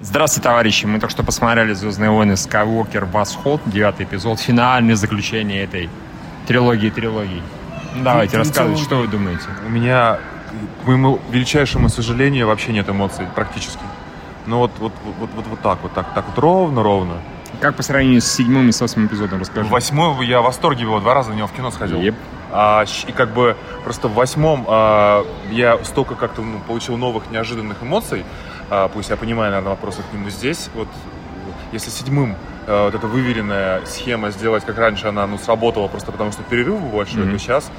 Здравствуйте, товарищи! Мы только что посмотрели «Звездные войны. Скайуокер. Восход». Девятый эпизод. Финальное заключение этой трилогии трилогий. Ну, Давайте, Трилогии. рассказывайте, что вы думаете? У меня, к моему величайшему сожалению, вообще нет эмоций практически. Ну вот, вот, вот, вот, вот так вот, так, так вот ровно-ровно. Как по сравнению с седьмым и с восьмым эпизодом, расскажите. Восьмой я в восторге был, два раза на него в кино сходил. Еп. А, щ- и как бы просто в восьмом а, я столько как-то ну, получил новых неожиданных эмоций, а, пусть я понимаю, наверное, вопросы к нему здесь. Вот если седьмым э, вот эта выверенная схема сделать, как раньше она ну, сработала просто потому, что перерыв был большой, Мгм. то сейчас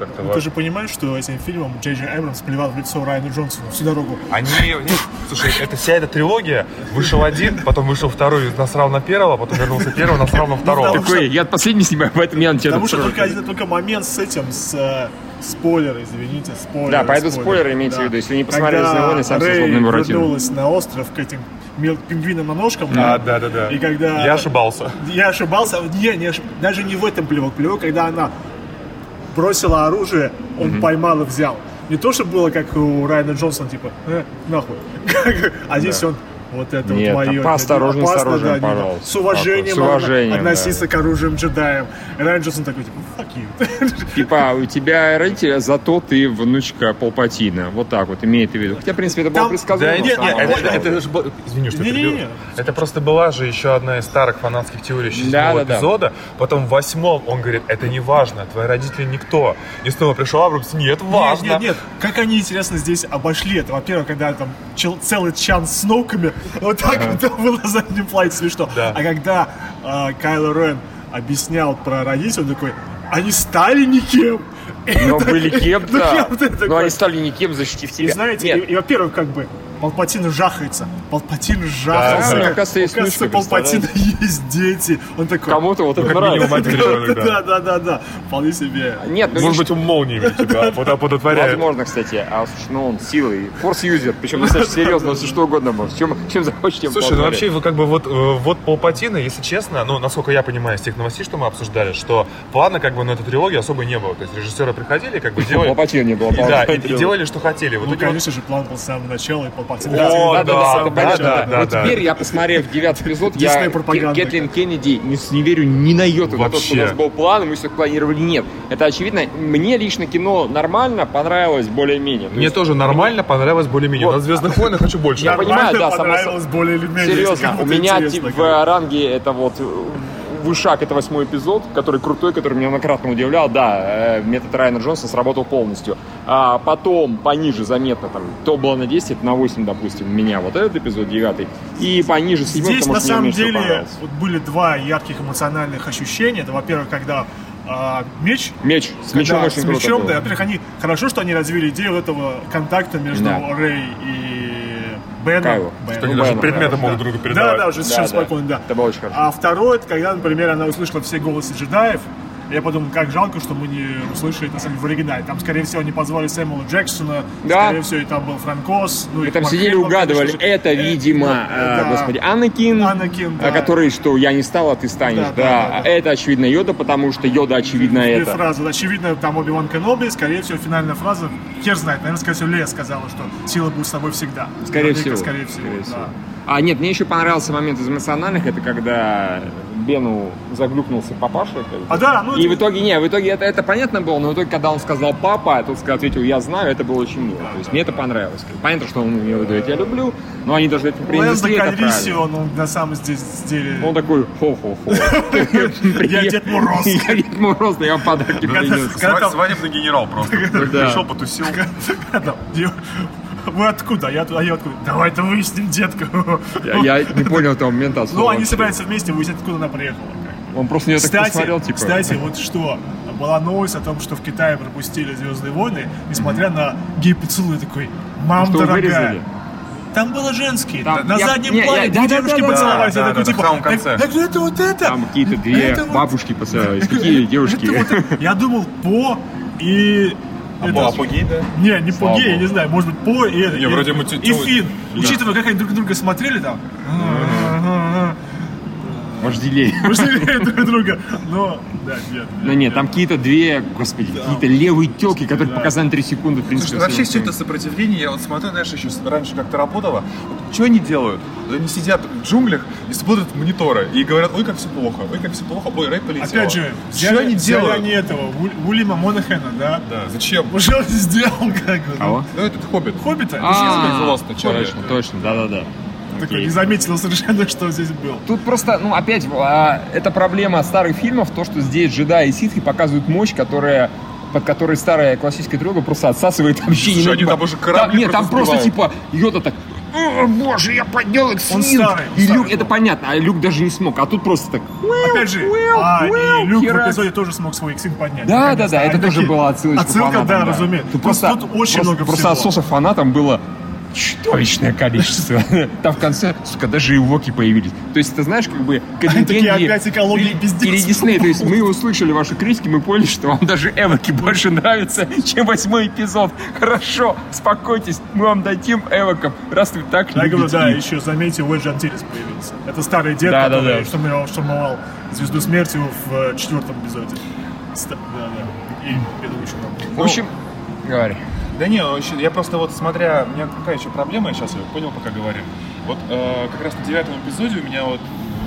как-то... Ну, во- ты же понимаешь, что этим фильмом Джей Джей Эбрамс плевал в лицо Райану Джонсону всю дорогу. Они, нет, слушай, это вся эта трилогия. Вышел один, потом вышел второй, насрал на первого, потом вернулся первый, насрал на второго. Такой, я последний снимаю, поэтому я на тебя Потому что насру. только один только момент с этим, с э, спойлер, извините, спойлер. Да, поэтому спойлеры имейте в виду. Если не посмотрели «Звездные войны», сам себе Рэй злобный Буратино. вернулась на остров к этим мел- пингвинам на ножкам. А, да, да, да. И когда- Я ошибался. Я ошибался, не, не ошиб- даже не в этом плевок, плевок, когда она бросила оружие, он поймал и взял. Не то, что было, как у Райана Джонсона, типа, «Э, нахуй. А здесь он, вот это Нет, вот мое. поосторожнее с оружием, пожалуйста. С уважением, С уважением, надо относиться к оружием джедаям. Райан Джонсон такой, типа, fuck you. Типа, у тебя родители, зато ты внучка Палпатина. Вот так вот, имеет в виду. Хотя, в принципе, это было Там- предсказуемо. Да, на нет, самом нет, деле. это- это- же был- Извини, что я Не-не-не. перебил. Это просто была же еще одна из старых фанатских теорий еще седьмого Да, да, да. эпизода. Потом в восьмом он говорит, это не важно, твои родители никто. И снова пришел Абрамс, нет, важно. Нет, нет, нет. Как они, интересно, здесь обошли это? Во-первых, когда там чел- целый чан с ноуками, вот так вот было задним платье смешно. Да. А когда э, Кайло Рен объяснял про родителей, он такой, они стали никем. Но были кем-то. Ну, кем-то Но такой. они стали никем, защитив И тебя. знаете, Нет, и, и, во-первых, как бы Палпатин жахается. Палпатин Да, жахается. у него, оказывается, есть Оказывается, внучка, Палпатина есть дети. Он такой... кому-то вот это Как минимум нравится. один ребенок, да. Да, да, да, да. Вполне себе. Нет, ну Может быть, он молниями тебя под- подотворяет. Возможно, кстати. А слушай, ну он силой. Форс-юзер. Причем достаточно серьезно, он все что угодно может. Чем, чем захочешь, тем Слушай, ну позволяет. вообще, вы как бы вот, э, вот Палпатина, если честно, ну, насколько я понимаю из тех новостей, что мы обсуждали, что плана как бы на эту трилогию особо не было. То есть режиссеры приходили, как бы делали... Палпатина не было. И, да, и, и Палпатина. делали, что хотели. Вот Ну, эти вот- конечно же, план был с самого начала, и Палпатин... О, Да, да, да, да, это да, понятно. да, Но да, теперь я, посмотрев девятый эпизод, я Дисней-пропаганда. Ке- Кэтлин Кеннеди не, с- не верю ни на йоту на то, что у нас Вообще. был план, и мы все планировали. Нет, это очевидно. Мне лично кино нормально, понравилось более-менее. То Мне есть, тоже нормально, понравилось более-менее. Вот. На «Звездных войнах» хочу больше. Я Нормально понимаю, да, само понравилось более или менее. если Серьезно, кому-то у меня интересно, тип- в как бы. э, ранге это вот э, Вышак, это восьмой эпизод, который крутой, который меня многократно удивлял. Да, э, метод Райана Джонса сработал полностью. А потом пониже заметно, там, то было на 10, это на 8, допустим, у меня вот этот эпизод, девятый. И пониже седьмой, Здесь потому на что мне самом меньше всего деле понравился. вот были два ярких эмоциональных ощущения. Это, во-первых, когда а, меч Меч. С мечом да, очень с круто мечом, было. да, во-первых, они хорошо, что они развили идею вот этого контакта между Да. Рэй и Беном. Кайло. Беном. Что они Они Ну, даже Бэйна, предметы да, могут да. друг другу Да, передавать. да, уже совершенно Да, да. спокойно, да. Это было очень хорошо. А второе, это когда, например, она услышала все голосы джедаев, я подумал, как жалко, что мы не услышали это в оригинале. Там, скорее всего, они позвали Сэмюэла Джексона, Да. скорее всего, и там был Франкос. Ну, Мы там сидели, угадывали. Это, видимо, э, господи, Анакин, э, Анакин, да. который, что я не стал, а ты станешь. Да, Да, да, да, А да. это, очевидно, Йода, потому что Йода, очевидно, Или это. фраза. Очевидно, там Оби-Ван Кеноби, скорее всего, финальная фраза, хер знает, наверное, скорее всего, Лея сказала, что сила будет с тобой всегда. Скорее Наверняка, всего. Скорее всего, Скорее да. всего. А, нет, мне еще понравился момент из эмоциональных, это когда Бену заглюкнулся папаша. как бы. А да, ну И это- в итоге, не, в итоге это, это понятно было, но в итоге, когда он сказал папа, а тот сказал, ответил, я знаю, это было очень мило. То есть мне это понравилось. Понятно, что он имел в виду, я тебя люблю, но они даже это Лэнс принесли, это правильно. Кальрисио, ну, на самом здесь деле... Он такой, хо-хо-хо. Я Дед Мороз. Я Дед Мороз, но я вам подарки принес. Когда там- Свадебный генерал просто. Ну Да. Пришел, потусил. Да, я- Вы откуда? А я, а я откуда? Давай это выясним, детка. Я- Я не понял этого момента. Ну, они собираются вместе выяснить, откуда она приехала. Он просто на нее так Кстати, посмотрел, типа... кстати, вот что, была новость о том, что в Китае пропустили «Звездные войны», несмотря на гей-поцелуй такой, мам, Ну Что дорогая. вырезали? Там было женские. Там- на я- заднем не, я- плане да, две да, девушки да, да, поцеловались. да, я да, такой, да, в типа, самом так- конце. Так это вот это. Там какие-то две это вот- бабушки поцеловались. Какие девушки? это вот это. Я думал, по и... А, это- Апогей, да? Не, не по Слава гею, я богу. не знаю, может быть, по и это, Не, и- вроде мы те- и те- Фин. да. Учитывая, как они друг друга смотрели там. Вожделей. Мы жалеем друг друга. Но, да, нет. Ну нет, там какие-то две, господи, какие-то левые телки, которые показали на 3 секунды, в принципе. Слушай, всего вообще все это фильма. сопротивление, я вот смотрю, знаешь, еще с- раньше как-то работало. Вот что они делают? они сидят в джунглях и смотрят мониторы и говорят, ой, как все плохо, ой, как все плохо, ой, рейд полетел. Опять же, что взяли, они взяли делают? они этого, Уиль- Уильяма Монахена, да? Да, зачем? Уже он сделал как бы. Кого? Ну, этот хоббит. Хоббита. А, А, Lost вначале. Точно, точно, да-да-да. Такой Окей. не заметил совершенно, что он здесь был. Тут просто, ну, опять, а, это проблема старых фильмов, то, что здесь джедаи и ситхи показывают мощь, которая под которой старая классическая трилога просто отсасывает вообще Слушай, не они надо. там уже корабли Нет, там просто просто типа Йода так «О, боже, я поднял их Он свинг!» старый, он И Люк, старый это был. понятно, а Люк даже не смог, а тут просто так «Уэу, Опять же, уэу, а, уэу», и Люк в херак. эпизоде тоже смог свой иксин поднять. Да, да, наконец-то. да, это Они тоже такие- была отсылочка. Отсылка, фанатам, да, разумеется. Тут Просто просто, тут очень просто- много Просто всего. отсоса фанатам было чудовищное количество. Там в конце, сука, даже и воки появились. То есть, ты знаешь, как бы... Они такие, Каденкенги опять экология, или- пиздец. Или Дисней, то есть мы услышали ваши критики, мы поняли, что вам даже эвоки больше нравятся, чем восьмой эпизод. Хорошо, спокойтесь, мы вам дадим эвоков, раз вы так Я говорю, любите да, их. еще заметьте, Уэджи Антилес появился. Это старый дед, Да, да, который да. штурмовал, штурмовал звезду смерти в э, четвертом эпизоде. Ста- да, да. И предыдущем. В общем, говори. Да не, ну, еще- я просто вот смотря, у меня какая еще проблема, я сейчас ее понял, пока говорим. Вот э, как раз на девятом эпизоде у меня вот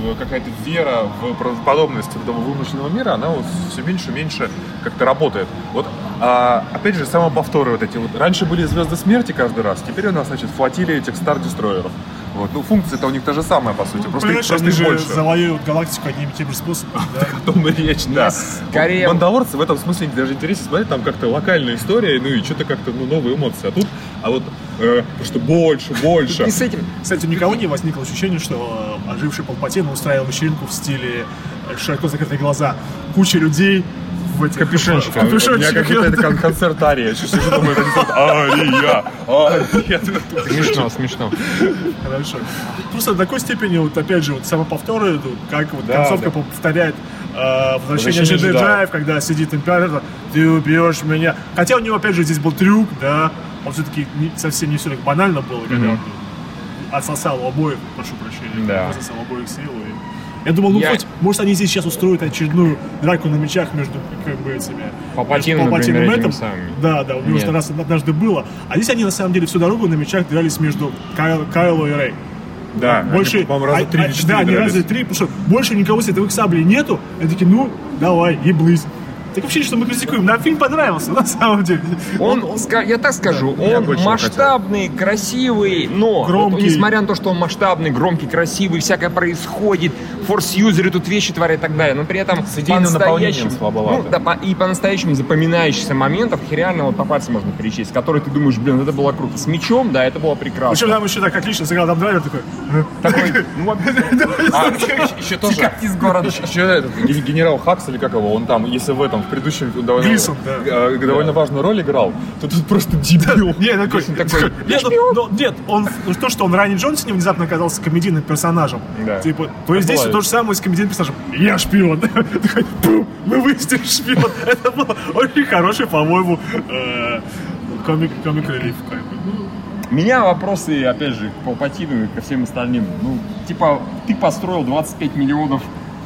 э, какая-то вера в правдоподобность вот этого вымышленного мира, она вот все меньше и меньше как-то работает. Вот, а, опять же, самоповторы вот эти вот. Раньше были звезды смерти каждый раз, теперь у нас, значит, флотилия этих стар-дестроеров. Вот, ну, функция-то у них та же самая, по сути, просто, их- Понимаешь, просто Ну, они их же больше. завоевывают галактику одним и тем же способом. да. О том и речь, да. скорее- Вот Мандалорцы в этом смысле даже интересно смотреть, там как-то локальная история, ну и что-то как-то ну, новые эмоции. А тут, а вот э, просто больше, больше. И с этим Кстати, у никого не возникло ощущения, что э, оживший Палпатин устраивал вечеринку в стиле э, широко закрытые глаза. Куча людей в этих... Капюшончик. В А, У меня как будто это капюшончиках. кон- концерт Арии. Я сижу, думаю, это «А, концерт Ария, Ария. смешно, смешно. Хорошо. Просто до такой степени, вот опять же, вот самоповторы, ну, как вот Да, да. концовка пов- повторяет э, возвращение Возвращение Джеди джедая. Джаев, когда сидит император, ты убьешь меня. Хотя у него, опять же, здесь был трюк, да, он все-таки совсем не все так банально было, когда он отсосал у обоих, прошу прощения, Да. отсосал у обоих силу. и- Я думал, ну Я- хоть, может, они здесь сейчас устроят очередную драку на мечах между как бы этими Палпатином, между Палпатином например, этими и Мэттом. самыми. Да, да, у него Нет. же раз однажды было. А здесь они на самом деле всю дорогу на мечах дрались между Кайл- Кайло и Рэй. Да, они, больше, по-моему, раза а- три а- или Да, четыре они раза дрались. три, потому что больше никого световых саблей нету. Они такие, ну, давай, еблысь. Так вообще, что мы критикуем. Нам фильм понравился, на самом деле. Он, ска- я так скажу, я он больше не масштабный, красивый, но Громкий. вот несмотря на то, что он масштабный, громкий, красивый, всякое происходит, форс-юзеры тут вещи творят и так далее, но при этом С идейным наполнением по-настоящему, слабовато. ну, да, по- и по-настоящему запоминающихся моментов их реально вот по пальцам можно перечесть, которые ты думаешь, блин, это было круто. С мечом, Ну, да, это было Причем прекрасно. там еще так отлично сыграл там драйвер такой. «Э, Такой, ну, опять- А, еще- еще тоже. Тикать из города. Еще- Еще этот, г- генерал Хакс или как его, он там, если в этом, в предыдущем довольно, Грисон, да. э, довольно важную роль играл, то тут просто дебил. Не, такой. такой, Нет, ну, ну, нет, он ну, то, что он Райан Джонсоне внезапно оказался комедийным персонажем. Да. Типа, то есть здесь бывает. то же самое с комедийным персонажем. Я шпион. Такой, «Пум, Мы выяснили шпион. Это было очень хороший, по-моему, э, комик комик релиф. как бы. Ну, У меня вопросы, опять же, к Палпатину и ко всем остальным. Ну, типа, ты построил 25 миллионов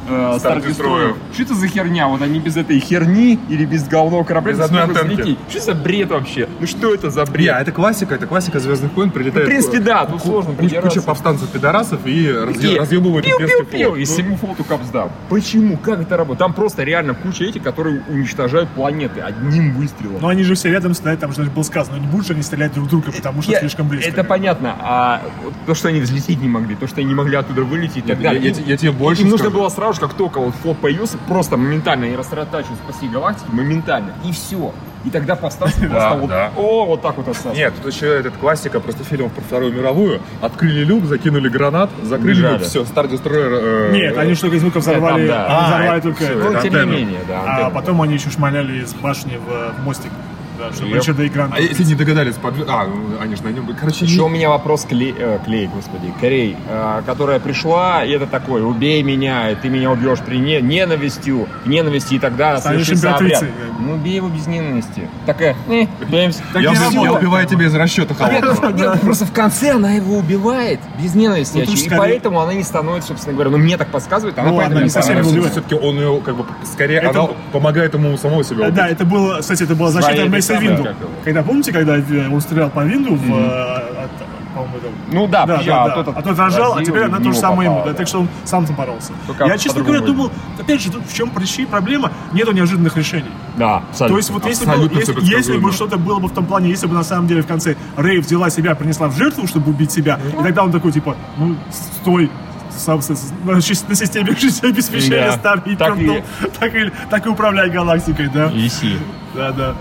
э, Стар-дестроеров. стар-дестроеров. Что это за херня? Вот они без этой херни или без головного корабля Без не одной смогут антенки. взлететь. Что за бред вообще? Ну что это за Не, бред? а это классика, это классика Звездных войн прилетает. В принципе, да, Ну, тут сложно Куча, придираться. куча повстанцев пидорасов и разъ- Такие разъебывают имперский пиу-пиу-пиу, флот. И Ну, всему флоту капсдам. Почему? Как это работает? Там просто реально куча этих, которые уничтожают планеты одним выстрелом. Ну, Но они же все рядом стоят, там же даже было сказано, не будут же они стрелять друг в друга, потому что Я- слишком близко. Это понятно. А вот то, что они взлететь не могли, то, что они не могли оттуда вылететь, и так я, далее. я те- я тебе больше Им нужно скажу. было сразу же, как только вот флот появился, просто моментально и расратачивать спаси галактики, моментально, и все. И тогда повстанцы Да, просто вот, да. о, вот так вот осталось. Нет, тут еще этот классика просто фильмов про Вторую мировую. Открыли люк, закинули гранат, закрыли Убежали. люк, все, Стар Дестройер... э, Нет, они что-то из звуков взорвали, там, да. они А, взорвали это только... всё, Ну, это тем не антенна. менее, да. А антенна. потом они еще шмаляли из башни в, в мостик, да, чтобы Yep. Ричарда и Гранта. А если не догадались, подв- А, ну, они же на нем... были. Короче, Еще не- у меня вопрос к Ле- э, к Лей, господи, к Рей, э, которая пришла, и это такой, убей меня, и ты меня убьешь при не- ненавистью, к ненависти, и тогда Станешь совершится обряд. императрицей, как бы. Ну, убей его без ненависти. Такая, э, бэмс. Так я, не уб- я работает. убиваю тебя из расчета Нет, холодного. нет, просто в конце она его убивает без ненависти. Ну, потому очевидно. что и скорее- поэтому она не становится, собственно говоря, ну мне так подсказывает, она Ну, поэтому она не не совсем становится. убивает. Все-таки он ее, как бы, скорее, Это- она помогает ему самого себя убить. Э, Да, это было, кстати, это была Своей защита Мейса рекламой, Винду. как его. Когда, помните, когда э, он стрелял по Винду, в, э, от, по-моему, это Ну да, Да, пья, да, да. а тот, а тот нажал, а отразил, теперь и она в то же него самое ему. попало, Да, так что он сам там боролся. Только Я, честно по-другому говоря, думал, опять же, тут в чем причина проблема, нету неожиданных решений. Да, То абсолютно. есть вот если бы, Абсолютно если, всё если бы предсказуемо. что-то было бы в том плане, если бы на самом деле в конце Рэй взяла себя, принесла в жертву, чтобы убить себя, и тогда он такой типа, ну стой, сам со- с- на, щи- на системе жизнеобеспечения Да. старый Так и- говно. так, и, так и управляй галактикой, да? Еси. Да, да.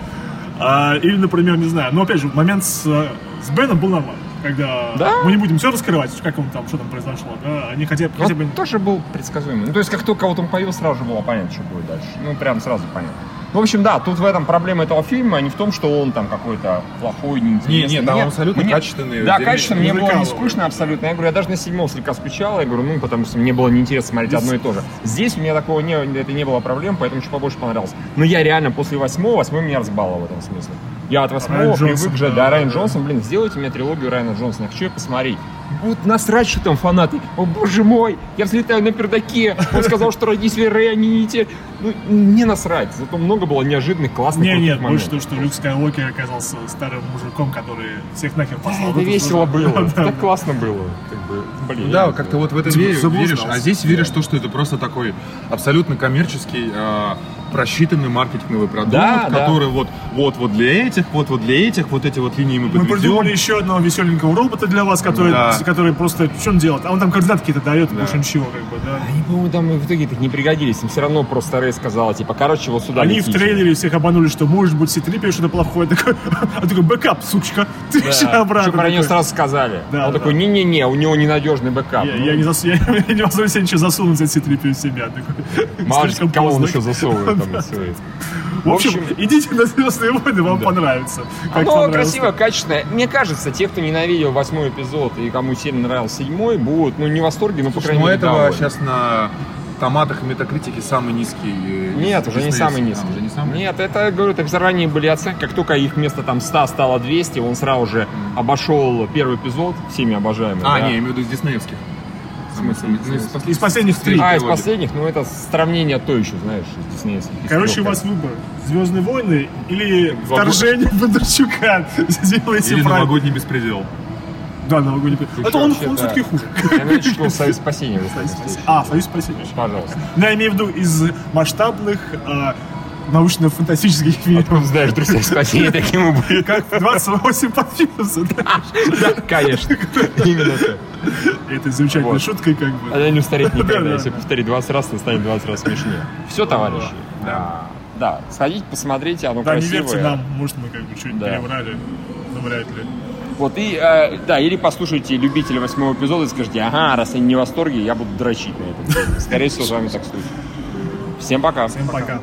А, или, например, не знаю, но опять же, момент с, э, с Беном был нормально. Когда Да? мы не будем все раскрывать, как он там, что там произошло, да, они хотя, хотя бы... Он тоже был предсказуемый. Ну, то есть, как только вот он появился, сразу же было понятно, что будет дальше. Ну, прям сразу понятно. В общем, да, тут в этом проблема этого фильма, а не в том, что он там какой-то плохой, неинтересный. Не, не, там Мне- он абсолютно мне- качественный, Да, зрелищный. качественно, мне было не Музыкал. скучно абсолютно. Я говорю, я даже на седьмого слегка скучал, я говорю, ну, потому что мне было неинтересно смотреть одно и то же. Здесь у меня такого не, это не было проблем, поэтому еще побольше понравилось. Но я реально после восьмого, восьмой меня разбаловал в этом смысле. Я от Райан восьмого Джонсон, привык же, да, да, Райан да. Джонсон, блин, сделайте мне трилогию Райана Джонсона, я хочу ее посмотреть. Вот насрать, что там фанаты. О, боже мой, я взлетаю на пердаке. Он сказал, что родители Рэя, они не те. Ну, не насрать. Зато много было неожиданных, классных Не, не, крутых больше то, моментов. что Люк Скайуокер оказался старым мужиком, который всех нахер послал. Это Это весело сложно. было. Да, Так классно было. Как бы, блин. Ну Да, как-то вот в это Типа, веришь, заблуждался. веришь, а здесь веришь в то, что это просто такой абсолютно коммерческий, э, просчитанный маркетинговый продукт, Да, да. который вот, вот, вот для этих, вот, вот для этих, вот эти вот линии мы Мы подведем. придумали еще одного веселенького робота для вас, который, Да. который просто что он делает? А он там координаты какие-то дает, больше ничего, как бы, да. Они, по-моему, там и в итоге так не пригодились. Им все равно просто Рэй сказала, типа, короче, вот сюда Они в летите. трейлере всех обманули, что может быть C3 пишет что-то плохое. Такой, а такой бэкап, сучка, ты Да. еще обратно. Причём про нее такой. сразу сказали. Да, Он да, такой, да. не-не-не, у него ненадежный бэкап. Я, Ну, я не, засу... я не позволю себе ничего засунуть за C3 в себя. Такой, мало ли, слишком кого он поздно. еще засовывает там и всё это. В общем, идите на Звездные войны, вам понравится. Оно Как понравилось. Ну, красиво, качественно. Мне кажется, те, кто ненавидел восьмой эпизод и кому сильно нравился седьмой, будут, ну, не в восторге, но, по Слушай, крайней ну мере, этого довольны. сейчас на томатах и метакритике самый низкий. э, Нет, из- уже не из- самый а, низкий. уже не самый? Нет, это, говорю, так заранее были оценки. Как только их вместо там 100 стало 200, он сразу же обошел первый эпизод, всеми обожаемый. да. А, не, я имею в виду из диснеевских. Ну, из последних. Из последних три. А, из трилогии. последних, ну это сравнение то еще, знаешь, из диснеевских. из Короче, у трёх, вас как- выбор. Звездные войны или Новогодний. вторжение Бондарчука. Сделайте Или правильно. новогодний беспредел. Да, новогодний. Ты Это чё он, вообще, он да. все-таки хуже. Я имею в виду, что Союз спасения. вы знаете, А, Союз спасения. Пожалуйста. Но Ну, я имею в виду из масштабных а, научно-фантастических фильмов. Знаешь, друзья, спасение таким и будет. Как 28 подфильмов задать. Да, конечно. Именно так. Это замечательная Вот. шутка, как бы. Она А не устареть никогда. Да-да. Если повторить 20 раз, то станет 20 раз смешнее. Все, товарищи. А, Да, сходите, посмотрите, оно Да, не красивое. верьте нам, может, мы как бы чуть Да. переврали. Но вряд ли. Вот, и, э, да, или послушайте любителя восьмого эпизода и скажите, ага, раз они не в восторге, я буду дрочить на этом. Скорее всего, с вами так случится. Всем пока. Всем пока.